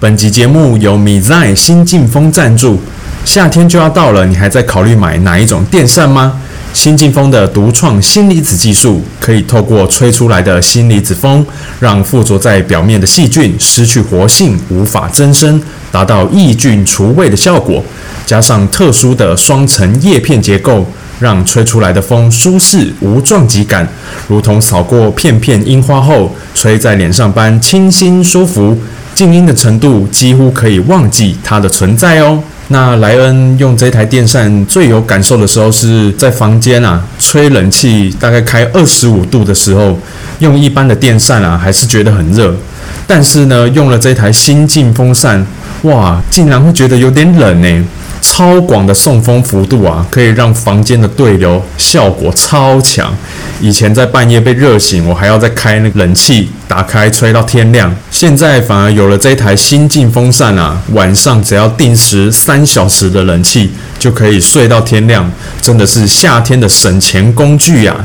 本集节目由米在新晋峰赞助。夏天就要到了，你还在考虑买哪一种电扇吗？新晋峰的独创锌离子技术，可以透过吹出来的锌离子风，让附着在表面的细菌失去活性，无法增生，达到抑菌除味的效果。加上特殊的双层叶片结构，让吹出来的风舒适无撞击感，如同扫过片片樱花后吹在脸上般清新舒服。静音的程度几乎可以忘记它的存在哦。那莱恩用这台电扇最有感受的时候是在房间啊吹冷气，大概开二十五度的时候，用一般的电扇啊还是觉得很热，但是呢用了这台新进风扇，哇，竟然会觉得有点冷呢、超广的送风幅度啊，可以让房间的对流效果超强。以前在半夜被热醒，我还要再开那个冷气，打开吹到天亮。现在反而有了这台新进风扇啊，晚上只要定时三小时的冷气，就可以睡到天亮，真的是夏天的省钱工具啊呀、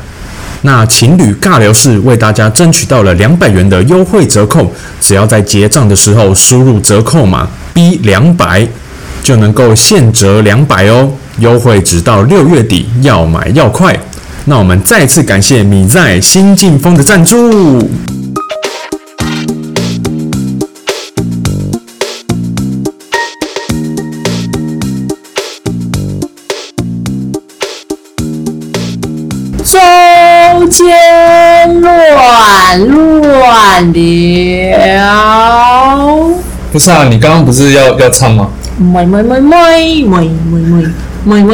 那情侣尬聊室为大家争取到了两百元的优惠折扣，只要在结账的时候输入折扣码 B 两百，就能够现折两百哦，优惠直到六月底，要买要快。那我们再次感谢米在新晋峰的赞助。周间乱乱聊，不是啊，你刚刚不是要要唱吗？妹妹妹妹妹妹妹妹妹妹妹妹妹妹妹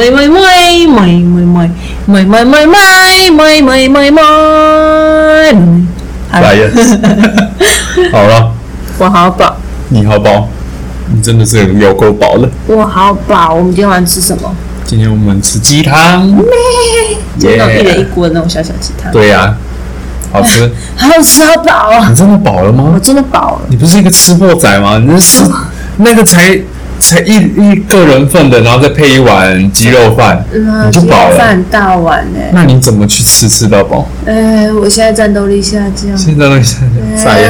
妹妹妹妹妹妹，来 呀！好了，我好饱，你好饱，你真的是有够饱了。我好饱。我们今天晚上吃什么？今天我们吃鸡汤，就耶那种一人一锅的那种小小鸡汤，对呀、好吃。好吃好饱啊！你真的饱了我吗？真的饱了，你不是一个吃货仔吗？你是那个才才一一个人份的，然后再配一碗鸡肉饭，你就饱了。嗯饭大碗呢。那你怎么去吃吃到饱？哎，我现在战斗力下降。现在那个傻啊眼。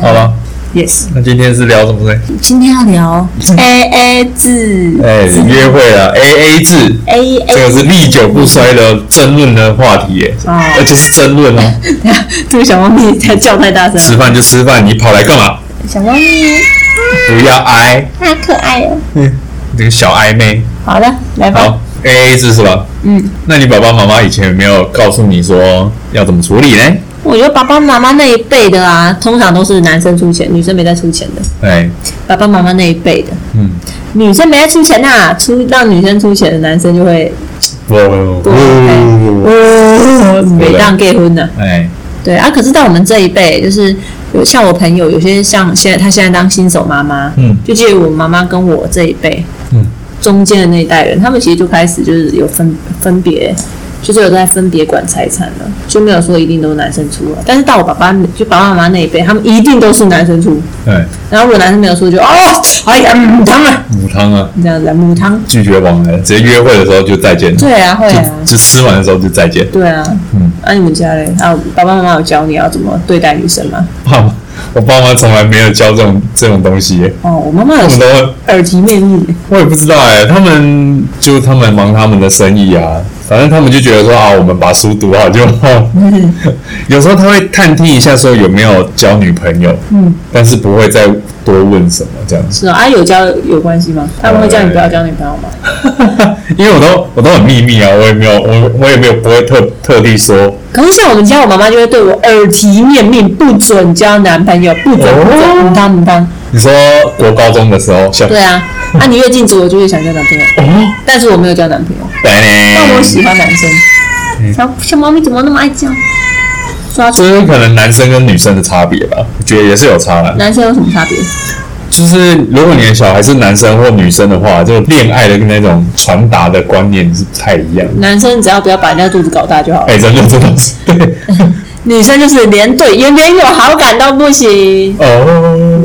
好了， Yes，那今天是聊什么呢？今天要聊 A A 制哎，约会啊，A A 制。 ，A 这 A 个是历久不衰的争论的话题耶，啊而且是争论哦。 这个小猫咪它叫太大声吃了，饭就吃饭，你跑来干嘛？小猫咪不要挨，它可爱哦。你这个小暧昧。好的，来吧，好，A A 制是吧？嗯，那你爸爸妈妈以前有没有告诉你说要怎么处理呢？我觉得爸爸妈妈那一辈的啊，通常都是男生出钱，女生没在出钱的。哎，爸爸妈妈那一辈的，嗯，女生没在出钱呐、出让女生出钱的男生就会不不不多不，哦，没当结婚的。哎，对啊，可是到我们这一辈，就是有像我朋友，有些像现在她现在当新手妈妈，嗯就介于我妈妈跟我这一辈，嗯，中间的那一代人，他们其实就开始就是有分分别，就是有在分别管财产了，就没有说一定都是男生出了。但是到我爸爸就爸爸妈妈那一辈，他们一定都是男生出，哎，然后如果男生没有出，就哦，哎呀，母汤啊，母汤啊，这样子啊母汤，拒绝往来，直接约会的时候就再见了，对啊，会啊。就就吃完的时候就再见。对啊，嗯，啊你们家嘞？啊爸爸妈妈有教你要怎么对待女生吗？爸妈，我爸妈从来没有教这种这种东西耶，哦，我妈妈有他们都会耳提面命。我也不知道哎、他们就他们忙他们的生意啊，反正他们就觉得说啊，我们把书读好就好。嗯 有时候他会探听一下说有没有交女朋友，嗯，但是不会再多问什么这样子，是哦啊，有交有关系吗？他们会叫你不要交女朋友吗？因为我都我都很秘密啊，我也没有我我也没有不会特特地说可是像我们家，我妈妈就会对我耳提面命，不准交男朋友，不准哦不准，母汤母汤。你说国高中的时候，小对啊，哦啊你越禁止我，就越想交男朋友。哦，但是我没有交男朋友，但但我喜欢男生。小小猫咪怎么那么爱叫？抓这住是可能男生跟女生的差别吧，我觉得也是有差的。男生有什么差别？就是如果你的小孩是男生或女生的话，就恋爱的那种传达的观念是不太一样的。哎男生只要不要把人家肚子搞大就好了。哎、真的真的是对，女生就是连对原本有好感都不行。 哦，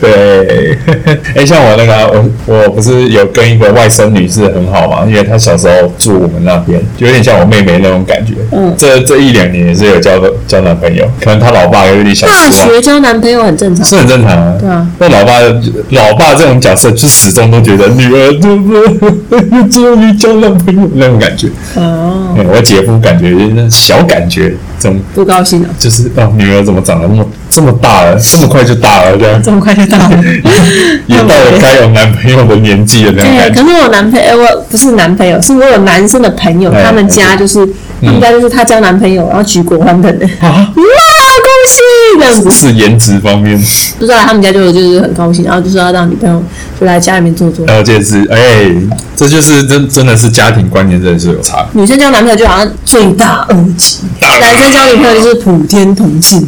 对，对， 哎、像我那个啊、我我不是有跟一个外甥女是很好嘛，因为她小时候住我们那边，有点像我妹妹那种感觉。嗯这这一两年也是有交个交男朋友，可能她老爸有点小大失望。学交男朋友很正常。是很正常啊，对啊。那老爸，老爸这种角色，就始终都觉得女儿 就是终于交男朋友那种感觉。哦，嗯，我姐夫感觉那小感觉，这种不高兴啊了，就是哦，女儿怎么长得那么这么大了，这么快就大了，这样这么快就到了。 也到了该有男朋友的年纪了，那种感哎、可觉。是我男朋友，我不是男朋友，是我有男生的朋友，哎嗯他们家就是，他们家就是她交男朋友，然后举国欢腾的，啊，哇，恭喜这样子。是颜值方 面，不知道他们家就就是很高兴，然后就说要让女朋友就来家里面坐坐。然后就是哎，这就是真真的是家庭观念真的是有差。女生交男朋友就好像罪大恶极，大男生交女朋友就是普天同庆。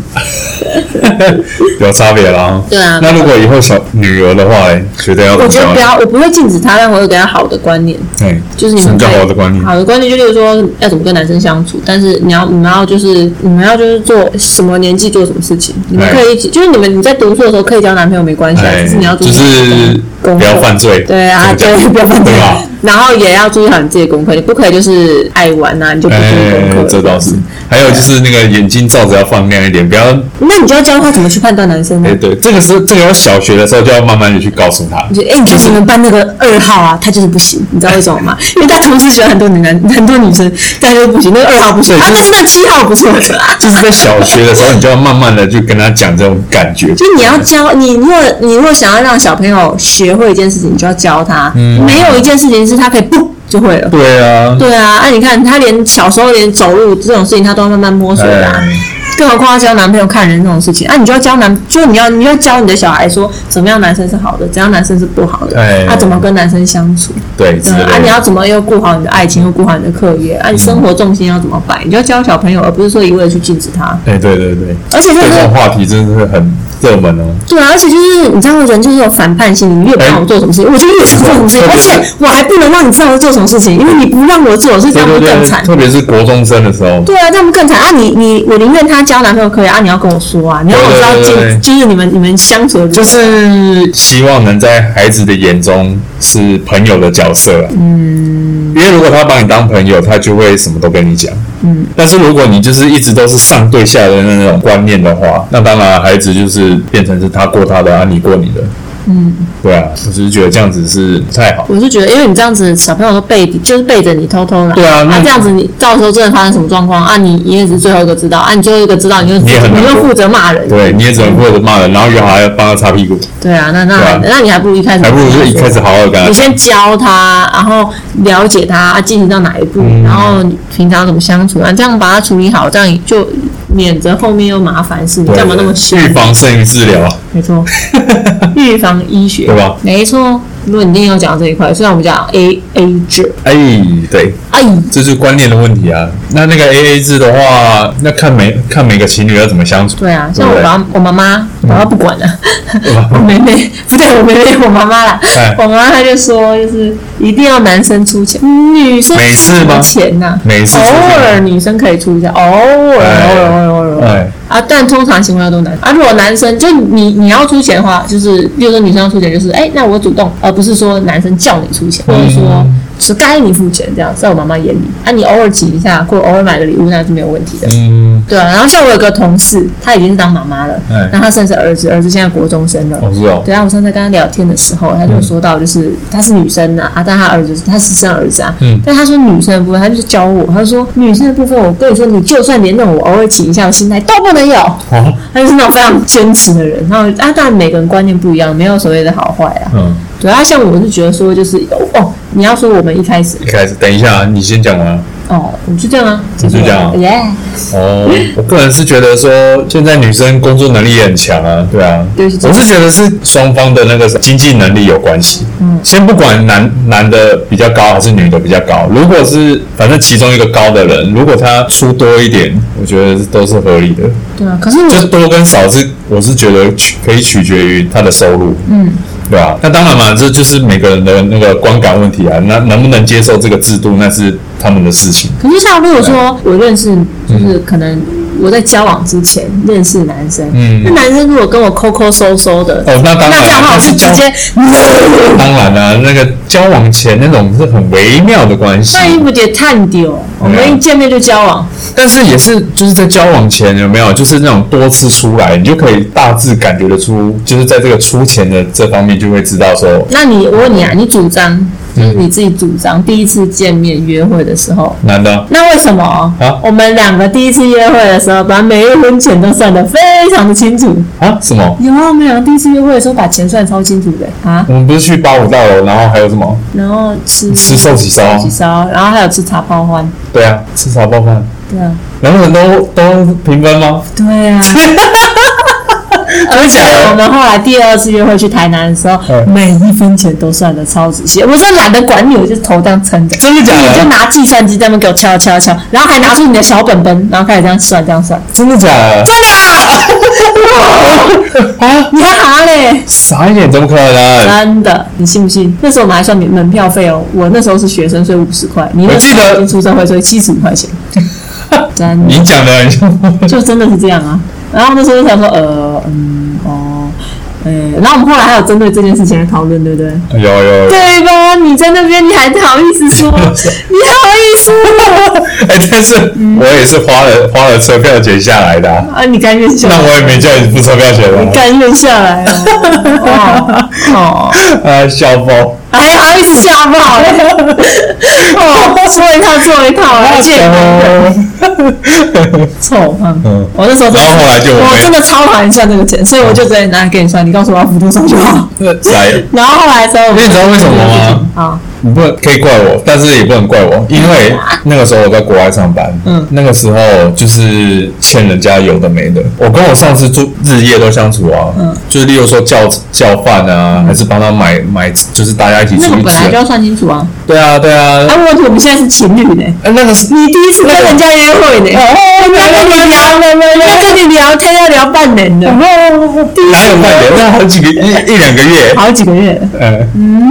有差别啦。对啊那如果以后小女儿的话，哎觉得要怎我么觉得教不？要，我不会禁止他，但我会给他好的观念，哎，就是你什们么叫可以好的观念？好的观念就例如说要怎么跟男生相处，但是你要你们要就是你们要就是做什么年纪做什么事情，你们哎可以一起，就是你们你在读书的时候可以交男朋友没关系啊，哎只是你要注意就是功课不要犯罪。哎对啊，这对么，讲不要犯罪对吧？然后也要注意好你自己的功课，你不可以就是爱玩啊，你就不注意功哎课。，这倒是。还有就是那个眼睛罩子要放亮一点，不要那你就要教他怎么去判断男生呢哎，？对，这个是这个我小学的时候就要慢慢的去告诉他。你就哎，你看你们班那个二号啊，他就是不行，你知道为什么吗？因为他同时喜欢很多女男很多女生，但他就不行，那个二号不行，对啊，就但是啊那七号不错。就是在小学的时候，你就要慢慢的去跟他讲这种感觉。就你要教你，如果你如果想要让小朋友学会一件事情，你就要教他。没有一件事情是他可以不就会了。对啊，对啊，那、你看他连小时候连走路这种事情，他都要慢慢摸索的、啊。哎更何况要教男朋友看人这种事情啊，你就要教男，就你要你要教你的小孩说，怎么样男生是好的，怎样男生是不好的，啊哎他、怎么跟男生相处，对，之对啊，你类要的。怎么又顾好你的爱情，又顾好你的课业，啊，你生活重心要怎么摆，你就要教小朋友，而不是说一味的去禁止他，哎，对对对，而且就是对这种话题真的是很热门哦。对啊，而且就是你知道人就是有反叛心理，你越不让哎我做什么事情，我就越想做什么事 情，特而别是且我还不能让你知道我做什么事情，因为你不让我做，所以这对样对会更惨对，。特别是国中生的时候，对啊，这样不更惨啊！你你我宁愿他交男朋友可以啊，你要跟我说啊，你要让我知道对对对对今今日你们你们相处的就就是希望能在孩子的眼中是朋友的角色、啊。嗯，因为如果他把你当朋友，他就会什么都跟你讲。嗯，但是如果你就是一直都是上对下的那种观念的话，那当然孩子就是变成是他过他的，啊你过你的。嗯，对啊，我只是觉得这样子是不太好。我是觉得，因为你这样子小朋友都背就是背着你偷偷来，对啊那那、这样子你到时候真的发生什么状况啊，你你也只是最后一个知道啊，你最后一个知道，你就你也很难你过就负责骂人，对，你也只能或者骂人，然后又还要帮他擦屁股，对啊，那那、对啊那你还不如一开始还不如就一开始好好地跟他你讲。先教他，然后了解他啊进行到哪一步，嗯然后你平常怎么相处啊，这样把他处理好，这样你就免得后面又麻烦事，你对干嘛那么凶？预防胜于治疗啊？没错，预防医学对吧？没错，如果你一定要讲这一块，虽然我们讲 A A 制，哎，对，哎，这是观念的问题啊。那那个 A A 制的话，那看每看每个情侣要怎么相处。对啊，对像嗯我不对爸我妈妈，我妈妈不管了、妈 我妹妹不对，我妹妹我妈妈啦，哎我妈妈她就说就是一定要男生出钱，嗯女生每次出吗钱呐、每次出钱偶尔女生可以出一下，偶尔哎偶尔偶尔偶尔。哎，啊，但通常情况下都男生啊。如果男生就你你要出钱的话，就是比如说女生要出钱，就是哎、那我主动，而不是说男生叫你出钱，或者说是该你付钱这样，在我妈妈眼里啊，你偶尔挤一下或者偶尔买个礼物那是没有问题的。嗯，对啊，然后像我有个同事，她已经是当妈妈了，哎然后她生的是儿子，儿子现在国中生了。我是哦，嗯对啊，我上次跟她聊天的时候，她就说到，就是她是女生啊，啊，但她儿子她是生儿子啊，嗯但她说女生的部分，她就是教我，她说女生的部分，我跟你说，你就算连那种我偶尔起一下的心态都不能有，哦，她就是那种非 常坚持的人。然后啊，当然每个人观念不一样，没有所谓的好坏啊。嗯，对啊，像我是觉得说，就是哦，你要说我们一开始一开始等一下，你先讲完。哦，我就这样啊，你就这样啊耶、 哦，我个人是觉得说，现在女生工作能力也很强啊，对啊，对是这我样是觉得是双方的那个经济能力有关系。嗯，先不管男男的比较高还是女的比较高，如果是反正其中一个高的人，如果他出多一点，我觉得都是合理的。对啊，可是 我就是多跟少是，我是觉得取可以取决于他的收入，嗯，对吧、那当然嘛，这就是每个人的那个观感问题啊，那能不能接受这个制度，那是他们的事情。可是像如果说我认识，就是可能我在交往之前认识男生，嗯那男生如果跟我抠抠搜搜的，哦那当然那最好是直 接，当然啦、那个交往前那种是很微妙的关系，那你不得探丢？我嗯们一见面就交往，但是也是就是在交往前有没有，就是那种多次出来，你就可以大致感觉得出，就是在这个出钱的这方面就会知道说那你我问你啊，你主张嗯就是你自己主张第一次见面约会的时候，男的那为什么、啊我们两个第一次约会的时候，把每一分钱都算得非常的清楚？啊什么？有啊，我们两个第一次约会的时候把钱算超清楚的啊，我们不是去八五大楼，然后还有什么然后吃吃寿喜烧？喜烧，然后还有吃茶泡饭，对啊，吃茶包饭，对啊，两个人都都平分吗？对啊。而且我们后来第二次约会去台南的时候，嗯每一分钱都算得超仔细。我说懒得管你，我就头这样撑着，真的假你就的？拿计算机在那边给我敲敲敲，然后还拿出你的小本本，然后开始这样算这样 算。真的假的？真的啊！你还哈嘞？傻一点，怎么可能？真的，你信不信？那时候我们还算门门票费哦，我那时候是学生，所以五十块。你那时我记候已得经出社会，所以七十五块 钱。真你讲的很像， 的，就真的是这样啊。然后那时候就想说，呃，嗯，哦，呃，然后我们后来还有针对这件事情来讨论，对不对？ 有有有，对吧？你在那边你还好意思 说？你好意思说？哎，但是我也是花了花了车票钱下来的啊、啊，你甘愿下那来？我也没叫你付车票钱你了， 甘愿下来哦？ 哦哦。啊，小包，还好意思笑好不 好？哦，说一套做一套，而且啊臭胖。嗯我那时候真的然后后来就我我没真的超讨厌算这个钱，所以我就直接拿来给你算，你告诉我要付多少就好。傻眼，然后后来的时候，我因为你知道为什么吗？啊，你不能可以怪我，但是也不能怪我，因 为那个时候我在国外上班，嗯那个时候就是欠人家有的没的。我跟我上司住日夜都相处啊，嗯，就是例如说叫叫饭啊，还是帮他买买，就是大家一起嗯那出个去本来吃就，要算清楚啊。对啊对啊 啊，，问题我们现在是情侣呢，哦哎那个是你第一次跟人家约会呢，人家跟你聊，人家跟你聊天要聊半年的，第一哪有次半年？那好几个一一两个 月，好几个月了，嗯，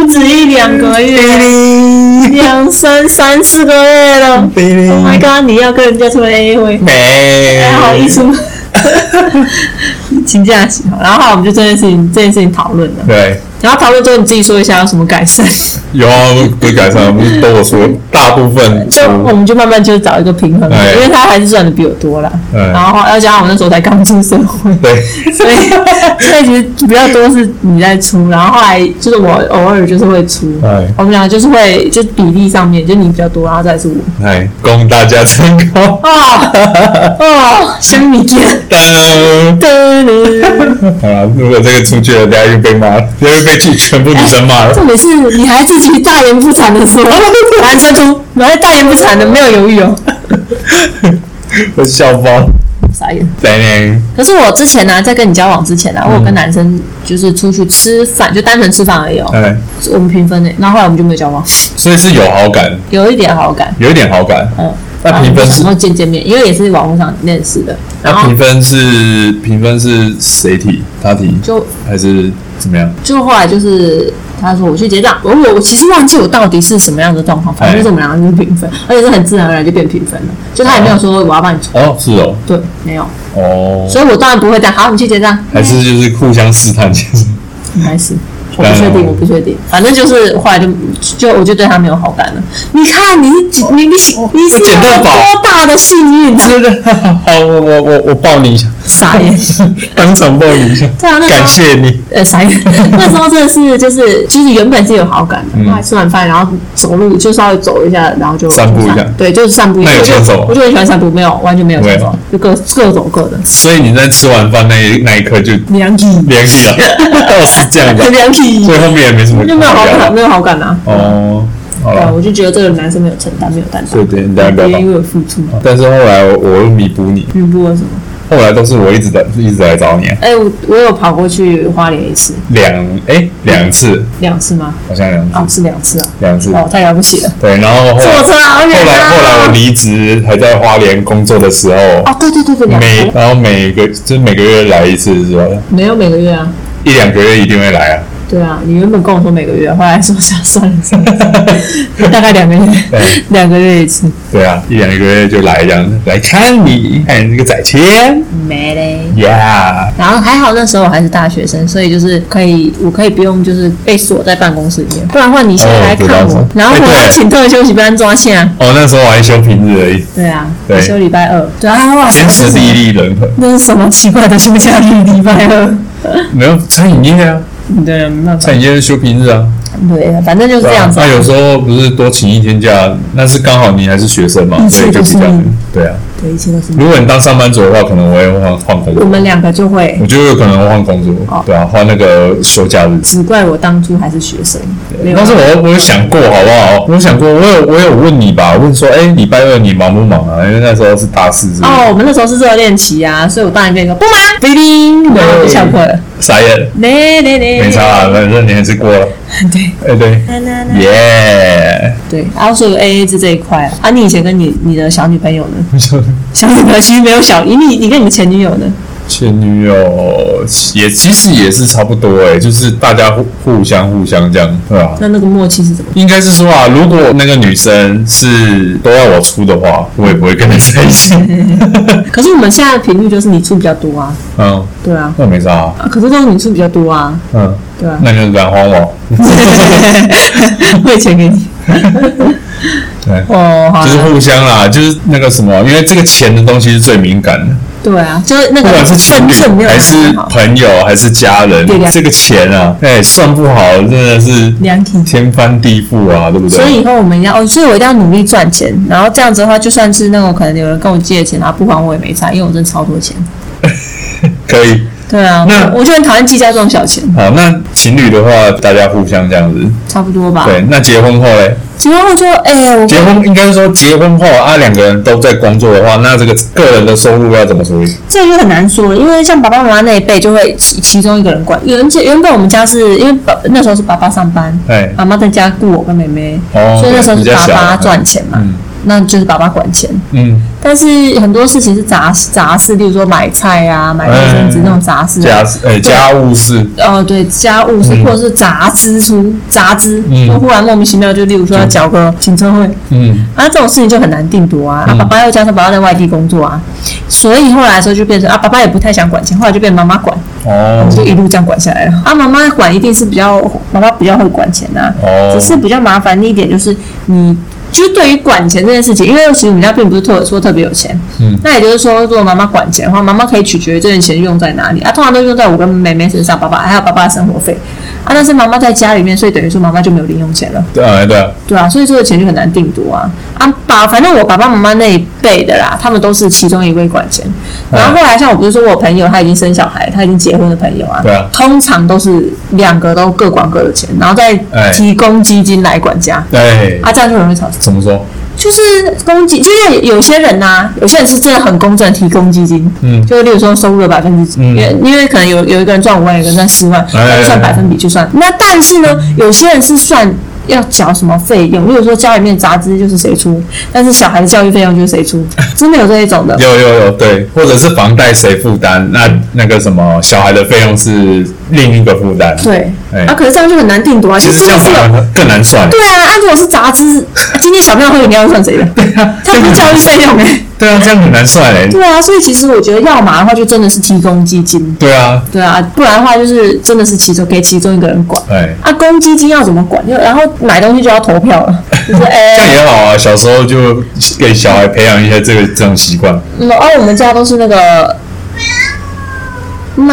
不止一两个月。两三三四个月了。哔哩 Oh my god！你要跟人家出来 A 会，没，还好意思吗？请假请好，然后后来我们就这件事情，这件事情讨论了。对。然后讨论之后，你自己说一下有什么改善，有啊，不是改善，不是都我说，大部分就我 出们就慢慢就找一个平衡点，哎因为他还是赚的比我多啦。哎然后要加上我那时候才刚出社 会，对，所以所以其实比较多是你在出，然后后来就是我偶尔就是会出，哎我们两个就是会就比例上面就你比较多，然后再 是我。哎，供大家参考。 哦哦，香米见，噔， 好了，如果这个出去了，大家就被骂，就会被去全部女生骂 了。重点是你还自己大言不惭的 说，男生出，然后大言不惭的没有犹豫哦，我笑爆，傻眼。对呢，可是我之前呢、在跟你交往之嗯前呢、我有跟男生就是出去吃饭，就单纯吃饭而已哦，哎，我们平分的，然后后来我们就没有交 往，所以是有好感，有一点好感，有一点好感。嗯。那评分是然后见见面，因为也是网络上认识的，然那后评分是评分是谁提？他提就还是怎么样？就后来就是他说我去结账，我我我其实忘记我到底是什么样的状况，反正就是我们两个就是平分，哎而且是很自然而然就变平分了，就他也没有说我要帮你出，哦，是哦，对，没有，哦，所以我当然不会这样。好，你去结账，还是就是互相试探，其 实应该嗯是。我不确定，我不确定，反正就是后来就就我就对他没有好感了。你看，你是你你是你是这有简单吧多大的幸运啊！对对， 好，我我我我抱你一下， 傻眼，当场抱你一下，对啊，那时候感谢你。呃，傻眼。那时候真的是就是，其实原本是有好感的，后来吃完饭，然后走路就稍微走一下，然后就嗯散步一下就对，就是散步一下。那有牵手吗我就我就很喜欢散步，没有，完全没有牵手没，就各各走各的。所以你在吃完饭那一那一刻就两体，联系 了，倒是这样吧，两 体，所以后面也没什么就没有好感，没有好感啊。哦，好对，了，我就觉得这个男生没有承担，没有担对当，对，大家不要也打因为我付出，但是后来我我又弥补你，弥补了什么？后来都是我一直在一直来找你啊，哎，我我有跑过去花莲一次，两哎两次，两次吗？好像两哦，次是两次啊！两次，哦，太了不起了，对，然后后坐来车好后远来啊！呃后来我离职还在花莲工作的时候，哦，对对对对，两每次然后每个就是每个月来一次是吧？没有每个月啊，一两个月一定会来啊，对啊，你原本跟我说每个月，后来说算算了算了，大概两个月，两个月一次，对啊，一两个月就来这样来看你，看你这个宰切没嘞。 ，Yeah。然后还好那时候我还是大学生，所以就是可以，我可以不用就是被锁在办公室里面，不然的话你现在来看哦我，我知道然后我哎还对请特休息，被人抓线啊。哦，那时候我还休平日而已，对啊，对休礼拜二，对啊，哇塞，天时地利人 和，那是什么奇怪的休假日？礼拜二，没有餐饮业啊，对，没办法，餐饮业休平日啊，对，反正就是这样子那、啊。有时候不是多请一天假，那是刚好你还是学生嘛，一切所以就都比嗯是较命对啊。对，一切都是如果你当上班族的话，可能我也会换换工我作，们两个就会我，觉得有可能会换工哦作，对啊，换那个休假日。只怪我当初还是学生，没有但是我我有想过好不好？我有想过，我有我有问你吧，问说，哎、礼拜二你忙不忙啊？因为那时候是大四，是不是？哦，我们那时候是热恋期啊，所以我当然跟你说不忙，叮叮，然后就笑过了，傻眼，嘞嘞嘞，没差啊，反正你还是过了。对，哎、对，嗯耶、对，然后所以 A A 制这一块啊，你以前跟你你的小女朋友呢？就小女朋友其实没有小，你你你跟你前女友呢？前女友也其实也是差不多哎、就是大家互互相互相这样，对吧、那那个默契是怎么？应该是说啊，如果那个女生是都要我出的话，我也不会跟她在一 起。可是我们现在的频率就是你出比较多啊，嗯，对啊，那没啥、啊，啊可是都是你出比较多啊，嗯，对啊，那就染黄我，汇钱给你。 对哦，好啊就是互相啦，就是那个什么，因为这个钱的东西是最敏感的，对啊，就是那不个管是情分寸侣没有拿还是好，朋友还是家人对对，这个钱啊，哎、算不好真的是两体。天翻地覆啊，对不对？所以以后我们要哦，所以我一定要努力赚钱，然后这样子的话，就算是那种可能有人跟我借钱，然后不还我也没差，因为我真的超多钱。可以。对啊，那我我就很讨厌计较这种小钱，好，那情侣的话，大家互相这样子。差不多吧。对，那结婚后嘞？结婚后就哎、我结婚应该是说结婚后啊，两个人都在工作的话，那这个个人的收入要怎么处理？这个就很难说了，因为像爸爸妈妈那一辈就会其其中一个人管。原原本我们家是因为爸那时候是爸爸上班，哎，妈妈在家顾我跟妹妹，哦，所以那时候比是较爸小爸，赚钱嘛，嗯那就是爸爸管钱。嗯，但是很多事情是杂事杂事，例如说买菜啊、买卫生纸嗯那种杂事、啊。家呃家务事呃，对，家务事、嗯或者是杂支出、杂支，嗯就忽然莫名其妙，就例如说要缴个停车费，嗯，啊，这种事情就很难定夺啊。啊，嗯爸爸又加上爸爸在外地工作啊，所以后来的时候就变成啊，爸爸也不太想管钱，后来就变妈妈管，哦就一路这样管下来了。啊，妈妈管一定是比较，妈妈比较会管钱啊，哦，只是比较麻烦的一点就是你。就是对于管钱这件事情，因为其实我们家并不是特说特别有钱，嗯那也就是说，如果妈妈管钱的话，妈妈可以取决于这些钱用在哪里啊，通常都用在我跟妹妹身上，爸爸还有爸爸的生活费啊，但是妈妈在家里面，所以等于说妈妈就没有零用钱了。对啊对啊，对啊，所以这个钱就很难定夺啊啊！爸，反正我爸爸妈妈那一辈的啦，他们都是其中一位管钱。嗯然后后来像我不是说我有朋友他已经生小孩，他已经结婚的朋友啊，对啊通常都是两个都各管各的钱，然后再哎提供基金来管家。哎，啊，这样就很容易吵架。怎么说？就是公积，就是有些人呐、有些人是真的很公正地提供基金，嗯就例如说收入的百分之几，因嗯为因为可能有有一个人赚五万，有一个人赚十万，哎哎哎算百分比去算。那但是呢，有些人是算要缴什么费用，例如说家里面杂支就是谁出，但是小孩的教育费用就是 谁出，真的有这一种的。有有有，对，或者是房贷谁负担？那那个什么，小孩的费用是另一个负担。对，哎啊，可是这样就很难定夺啊，就其实真这的样是反有。而更难算。对啊，啊，如果是杂支，今天小朋友喝饮料算谁 的？他不是教育费用哎、对啊，这样很难算哎。对啊，所以其实我觉得要嘛的话，就真的是提供基金。对啊，对啊，不然的话就是真的是其中给其中一个人管。哎，啊，公积金要怎么管？就然后买东西就要投票 了，就是哎这、样也好啊。小时候就给小孩培养一下这个这种习惯。嗯哦，我们家都是那个猫，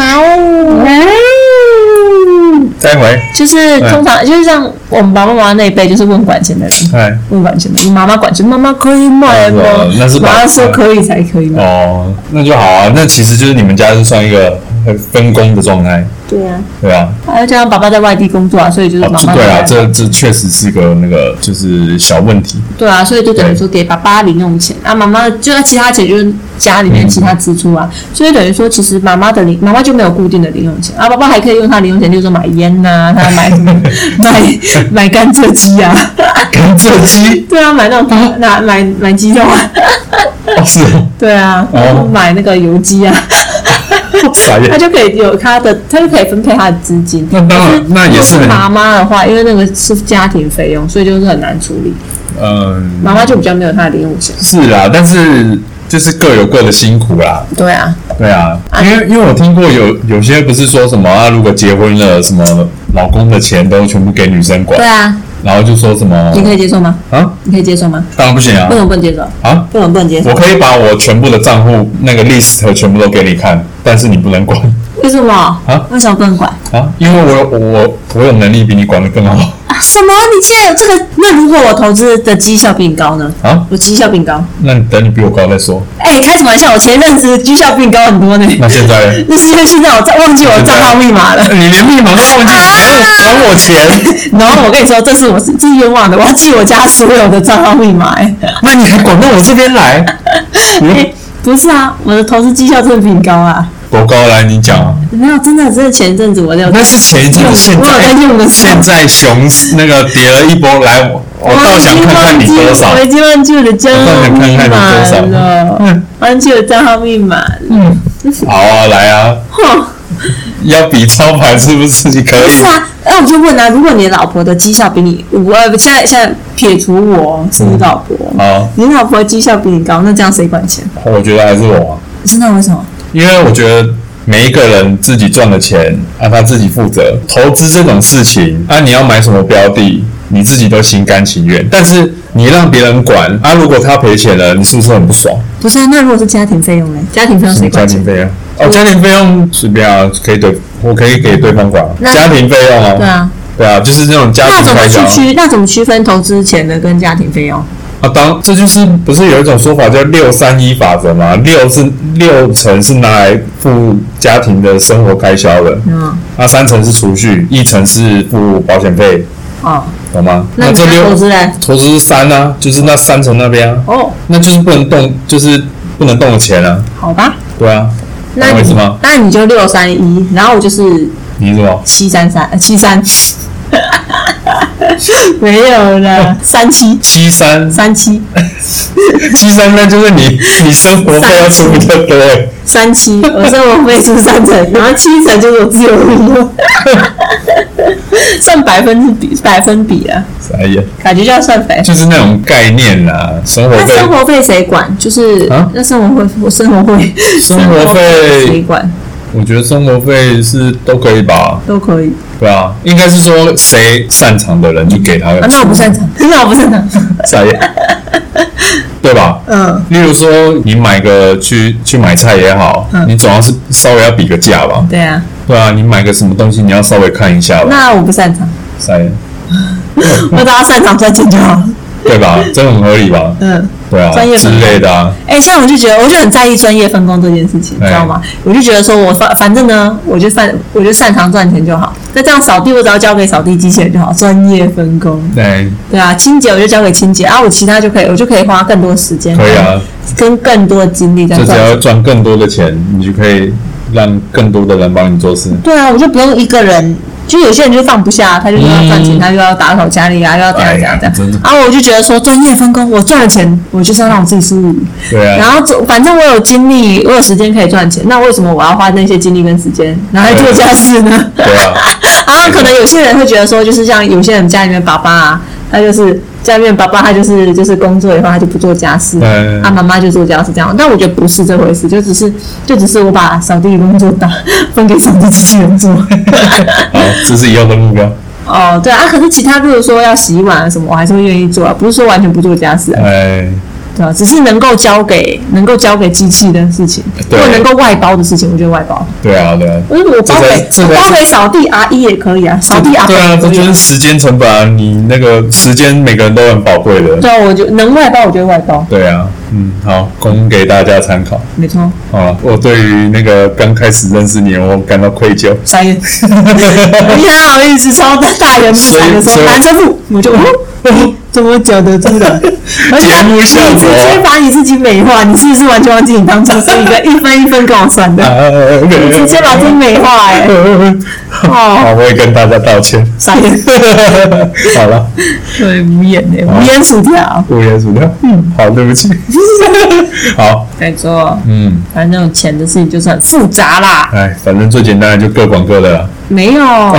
再一回，就是通常就是像我们爸爸妈妈那一辈，就是问管钱的人，哎，问管钱的，你妈妈管钱，妈妈可以买吗哦？那是妈爸妈说可以才可以买。哦，那就好啊。那其实就是你们家是算一个很分工的状态，对啊，对吧、还有加上爸爸在外地工作啊，所以就是哦妈，这妈对啊，在这这确实是个那个就是小问题。 对啊，所以就等于说给爸爸零用钱，啊，妈妈就那其他钱就是家里面其他支出啊，所以等于说其实妈妈的零妈妈就没有固定的零用钱，啊，爸爸还可以用他零用钱，就是说买烟呐、他买什 么买买甘蔗鸡啊，甘蔗鸡对啊，买那种那买买鸡肉啊，哦，是哦对啊，哦买那个油鸡啊，傻 眼。他就可以有他的，他就可以分配他的资金。那当然可是那也是如果很是妈妈的话，因为那个是家庭费用，所以就是很难处理。嗯，妈妈就比较没有他的零用钱。是啦，但是就是各有各的辛苦啦。对啊，对啊，因为因为我听过有有些不是说什么啊，如果结婚了，什么老公的钱都全部给女生管对，啊，然后就说什么你可以接受吗？啊，你可以接受吗？当然不行啊为什么不能接受？啊！为什么不能接受我？可以把我全部的账户那个 list 全部都给你看，但是你不能管为什么？啊为什么不能管？啊，因为我有我我有能力比你管的更好啊，什么？你竟然有这个？那如果我投资的绩效比你高呢？啊。我绩效比你高？那你等你比我高再说。哎、开什么玩笑？我前阵子绩效比你高很多呢。那现在呢那是因为现在我账忘记我的账号密 码了。你连密码都忘记，还我钱，然后我跟你说，这是我是这是冤枉的，我要记我家所有的账号密码、哎 那你还管到我这边来？你哎，不是啊，我的投资绩效真的比你高啊。多高来？你讲啊。没有，真的，真的前一阵子我有那是前一阵子，现我有在在用的时候现在熊市那个跌了一波来，我我倒想看看你多少我。已经忘记我的账号密码嗯了，忘记我账号密码了。好啊，来啊，哼，要比招牌是不是？你可不以是啊，那我就问啊，如果你老婆的绩效比你，我呃现在现在撇除我是你老婆，好，你老婆绩效比你高，那这样谁管钱？我觉得还是我啊，真的为什么？因为我觉得。每一个人自己赚的钱，啊，他自己负责。投资这种事情，啊，你要买什么标的，你自己都心甘情愿。但是你让别人管，啊，如果他赔钱了，你是不是很不爽？不是啊，那如果是家庭费用呢？家庭费用什谁么家管钱庭？费用？哦，家庭费用随便啊，可以对，我可以给对方管啊。那家庭费用啊，对，啊，对啊，就是这种家那庭怎开么销去区？那怎么区分投资钱的跟家庭费用？啊。当这就是不是有一种说法叫六三一法则吗？六是六成是拿来付家庭的生活开销的，嗯，那三成是储蓄，一成是付保险费，哦，懂吗？那你这家投六资嘞？投资是三啊，就是那三成那边啊，哦，那就是不能动，就是不能动的钱啊，好吧，对啊，那懂我意你思吗？那你就六三一，然后我就是你是吗？七三三，呃七三， 没有啦，三七七三 三七七三三就是你，你生活费要出比较多，三七，我生活费出三成，然后七成就是我自由利 用，算百分之比百分比啊，哎呀，感觉就要算百分。就是那种概念啦，生活那费生，活费谁管？就是、啊那生活费，我生活费，生活谁费，管我觉得生活费是都可以吧，都可以对啊，应该是说谁擅长的人就给他个啊。那我不擅长， 那我不擅长。啥 呀，对吧？嗯，例如说你买个去去买菜也好，嗯你总要是稍微要比个价吧，对啊，对啊，你买个什么东西你要稍微看一下吧，那我不擅长，啥呀，我只要擅长赚钱就好了。对 吧？这很合理吧？嗯。对啊，专业之分工类的啊，哎、像我就觉得，我就很在意专业分工这件事情，你哎知道吗？我就觉得说我反反正呢，我就擅我就擅长赚钱就好。那这样扫地我只要交给扫地机器人就好，专业分工。对，对啊，清洁我就交给清洁啊，我其他就可以，我就可以花更多时间，可以啊。跟更多精力在就赚只钱。要赚更多的钱，你就可以让更多的人帮你做事。对啊，我就不用一个人。就有些人就放不下，他就又要赚钱，嗯他又要打扫家里啊，又要怎样怎样哎呀怎真的样。啊，我就觉得说专业分工，我赚了钱，我就是要让我自己舒服。对然啊，后总反正我有精力，我有时间可以赚钱，那为什么我要花那些精力跟时间拿来做家事呢？对啊， 然后可能有些人会觉得说，就是像有些人家里面爸爸啊，他就是家里面爸爸他就是就是工作以后他就不做家事，嗯啊妈妈就做家事这样。但我觉得不是这回事，就只是就只是我把扫地的工作打分给扫地机器 人做。好，这是以后的目 标。哦，对啊，可是其他比如说要洗碗啊什么，我还是会愿意做啊，不是说完全不做家事啊。哎，对啊，只是能够交给能够交给机器的事情，对或者能够外包的事情，我觉得外包。对啊，对啊，我我包给这才我包给扫地阿姨也可以啊，扫地阿伯对啊，也这可以就是时间成本啊！你那个时间每个人都很宝贵的。对啊，我就能外包，我就外包，对啊，嗯，好，供给大家参考。没错。好了，啊我对于那个刚开始认识你，我感到愧疚。傻眼， 你还好意思超大大人面所以闪的时所候以嗯男生不，我就哦，怎么讲得出来？而且 节目效果你直接把你自己美化，你是不是完全忘记你当初是一 个一分一分跟我算的？呃，你直接把自己美化哎、 哦，好，啊我也跟大家道歉。 傻眼，好了，对，无言哎、无言薯条，五元薯条。嗯，好，对不起。好， 没错，嗯，反正钱的事情就是很复杂啦。哎，反正最简单的就各管各的啦。没 有，哦，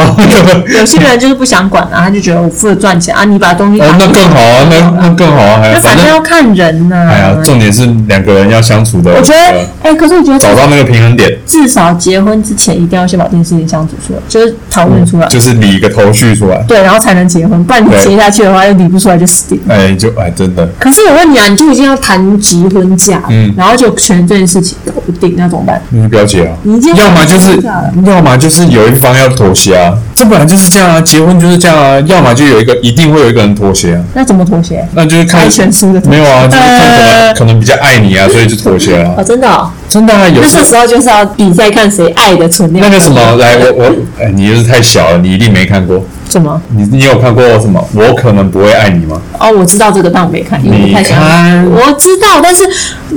有些人就是不想管啊，他就觉得我付了赚钱啊，你把东西拿那去更好啊，那那更好啊，哎那反反正正要看人呐、哎呀，重点是两个人要相处的，呃我觉得，哎、可是我觉得找到那个平衡点，至少结婚之前一定要先把这件事情相处出来，就是讨论出来，就是理一个头绪出来。对，然后才能结婚，不然你对结下去的话，又理不出来就死定了。哎，就哎，真的，可是我问你啊，你就已经要谈及婚嫁了，嗯然后就全这件事情搞不定，那怎么办？你表姐啊，你已经要么就是嫁了，要么就是有一方要妥协啊，这本来就是这样啊，结婚就是这样啊，要么就有一个一定会有一个人妥协啊，那怎么妥协？那就是看猜拳输的妥协没有啊，就是看可能、呃可能比较爱你啊，所以就妥协了、 哦，真的、哦，真的啊，有那时这候时候就是要比赛看谁爱的存量。那个什么，来我我哎，你就是太小了，你一定没看过，什么？你你有看过什么？我可能不会爱你吗？哦，我知道这个，但我没看，因为我不太喜欢。你看我知道，但是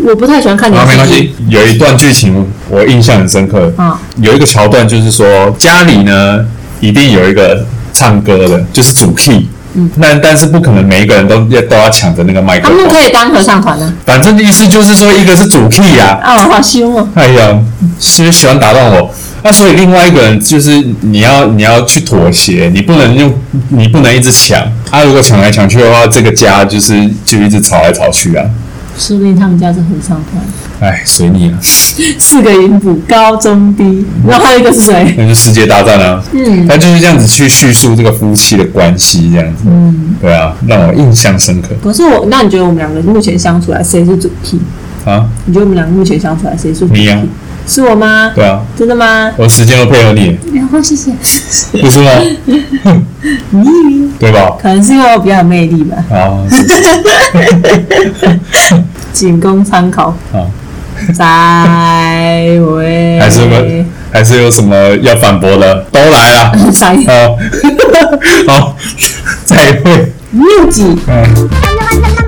我不太喜欢看你啊，没关系。有一段剧情我印象很深刻，嗯有一个桥段就是说家里呢一定有一个唱歌的，就是主 key。嗯，那但是不可能每一个人都要都要抢着那个麦克他们风可，以当合唱团呢、反正意思就是说一个是主 key 啊，啊。啊，好凶哦！哎呀，是喜欢打断我。那所以另外一个人就是你要你要去妥协，你不能用你不能一直抢。他、如果抢来抢去的话，这个家就是就一直吵来吵去啊。说不定他们家是合唱团，哎，随你啊，四个音符，高中低，然后还有一个是谁？那就世界大战啊。嗯，他就是这样子去叙述这个夫妻的关系，这样子。嗯，对啊，让我印象深刻可是我，那你觉得我们两个目前相处来，谁是主 key？啊。你觉得我们两个目前相处来，谁是主 key？你呀是我吗？嗯对啊，真的吗？我时间都配合你，然后谢谢。不是吗？对吧？ 可能是因为我比较有魅力吧，啊，仅供参考。好， 再会。还是 有没还是有什么要反驳的，都来了。哦 啥意思？好，好，再会。六级。嗯。啦啦啦啦啦